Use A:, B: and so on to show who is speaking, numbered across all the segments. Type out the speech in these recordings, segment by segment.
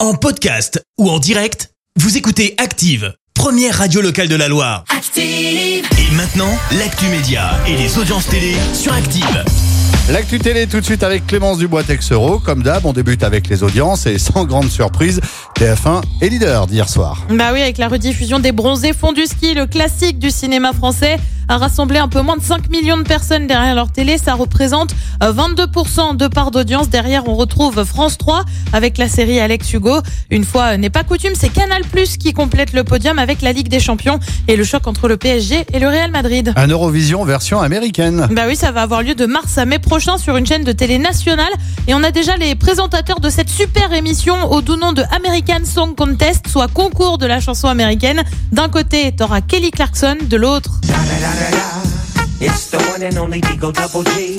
A: En podcast ou en direct, vous écoutez Active, première radio locale de la Loire.
B: Active.
A: Et maintenant, l'actu média et les audiences télé sur Active.
C: L'actu télé tout de suite avec Clémence Dubois-Texero. Comme d'hab, on débute avec les audiences et sans grande surprise, TF1 est leader d'hier soir.
D: Bah oui, avec la rediffusion des bronzés fonds du ski, le classique du cinéma français, a rassemblé un peu moins de 5 millions de personnes derrière leur télé. Ça représente euh, 22% de part d'audience. Derrière, on retrouve France 3 avec la série Alex Hugo. Une fois euh, n'est pas coutume, c'est Canal Plus qui complète le podium avec la Ligue des Champions et le choc entre le PSG et le Real Madrid.
C: Un Eurovision version américaine.
D: Bah oui, ça va avoir lieu de mars à mai prochain sur une chaîne de télé nationale. Et on a déjà les présentateurs de cette super émission au doux nom de American Song Contest, soit concours de la chanson américaine. D'un côté, t'auras Kelly Clarkson, de l'autre,
E: It's the one and only Deagle Double G.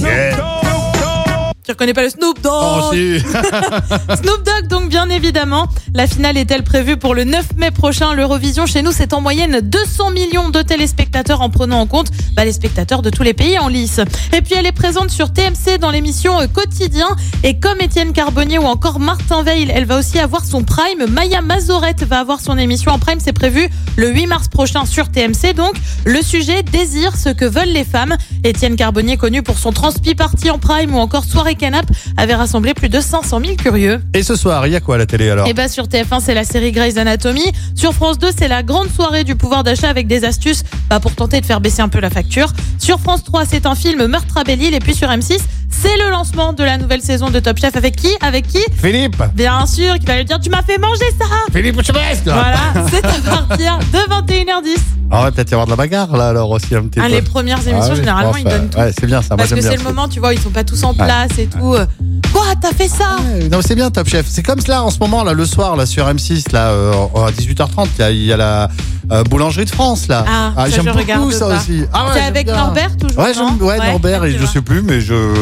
D: tu reconnais pas le Snoop Dogg
C: Oh, si.
D: Snoop Dogg, donc bien évidemment. La finale est-elle prévue pour le 9 mai prochain L'Eurovision chez nous, c'est en moyenne 200 millions de téléspectateurs en prenant en compte bah, les spectateurs de tous les pays en lice. Et puis elle est présente sur TMC dans l'émission euh, Quotidien. Et comme Étienne Carbonnier ou encore Martin Veil, elle va aussi avoir son prime. Maya Mazorette va avoir son émission en prime. C'est prévu le 8 mars prochain sur TMC. Donc le sujet désire ce que veulent les femmes. Étienne Carbonnier, connu pour son transpi party en prime ou encore soirée canap, avait rassemblé plus de 500 000 curieux.
C: Et ce soir, il y a quoi à la télé alors
D: Et bah sur TF1 c'est la série Grey's Anatomy, sur France 2 c'est la grande soirée du pouvoir d'achat avec des astuces bah, pour tenter de faire baisser un peu la facture. Sur France 3 c'est un film Meurtre à Belle-Île et puis sur M6 c'est le lancement de la nouvelle saison de Top Chef avec qui Avec qui
C: Philippe
D: Bien sûr qui va lui dire tu m'as fait manger ça
C: Philippe Cheveste
D: Voilà, c'est à partir de 21h10.
C: Ah, On va peut-être y avoir de la bagarre là alors aussi un petit
D: Hein,
C: peu.
D: les premières
C: Ah
D: émissions
C: oui,
D: généralement
C: je
D: ils
C: pense,
D: donnent
C: ouais.
D: tout.
C: Ouais, c'est bien ça, moi
D: Parce
C: j'aime
D: que
C: bien.
D: c'est le
C: ça.
D: moment, tu vois, ils sont pas tous en place et tout. euh, Quoi, t'as fait ça
C: Ouais, Non, c'est bien Top Chef. C'est comme cela en ce moment là le soir là sur M6 là euh, à 18h30, il y a- il y, a la euh, boulangerie de France là.
D: Ah, ça,
C: j'aime
D: je
C: beaucoup
D: regarde
C: ça
D: pas.
C: aussi. Ah, ouais,
D: C'est
C: j'aime
D: avec
C: bien.
D: Norbert toujours
C: Ouais, j'aime-
D: non
C: ouais, Norbert, et je
D: effectivement.
C: sais plus, mais je, euh,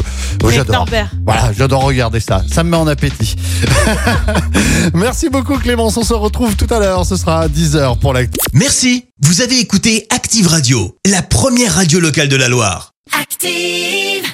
D: Avec
C: j'adore.
D: Norbert.
C: Voilà, j'adore regarder ça. Ça me met en appétit. Merci beaucoup, Clémence. On se retrouve tout à l'heure. Ce sera à 10h pour l'actu.
A: Merci, vous avez écouté Active Radio, la première radio locale de la Loire.
B: Active.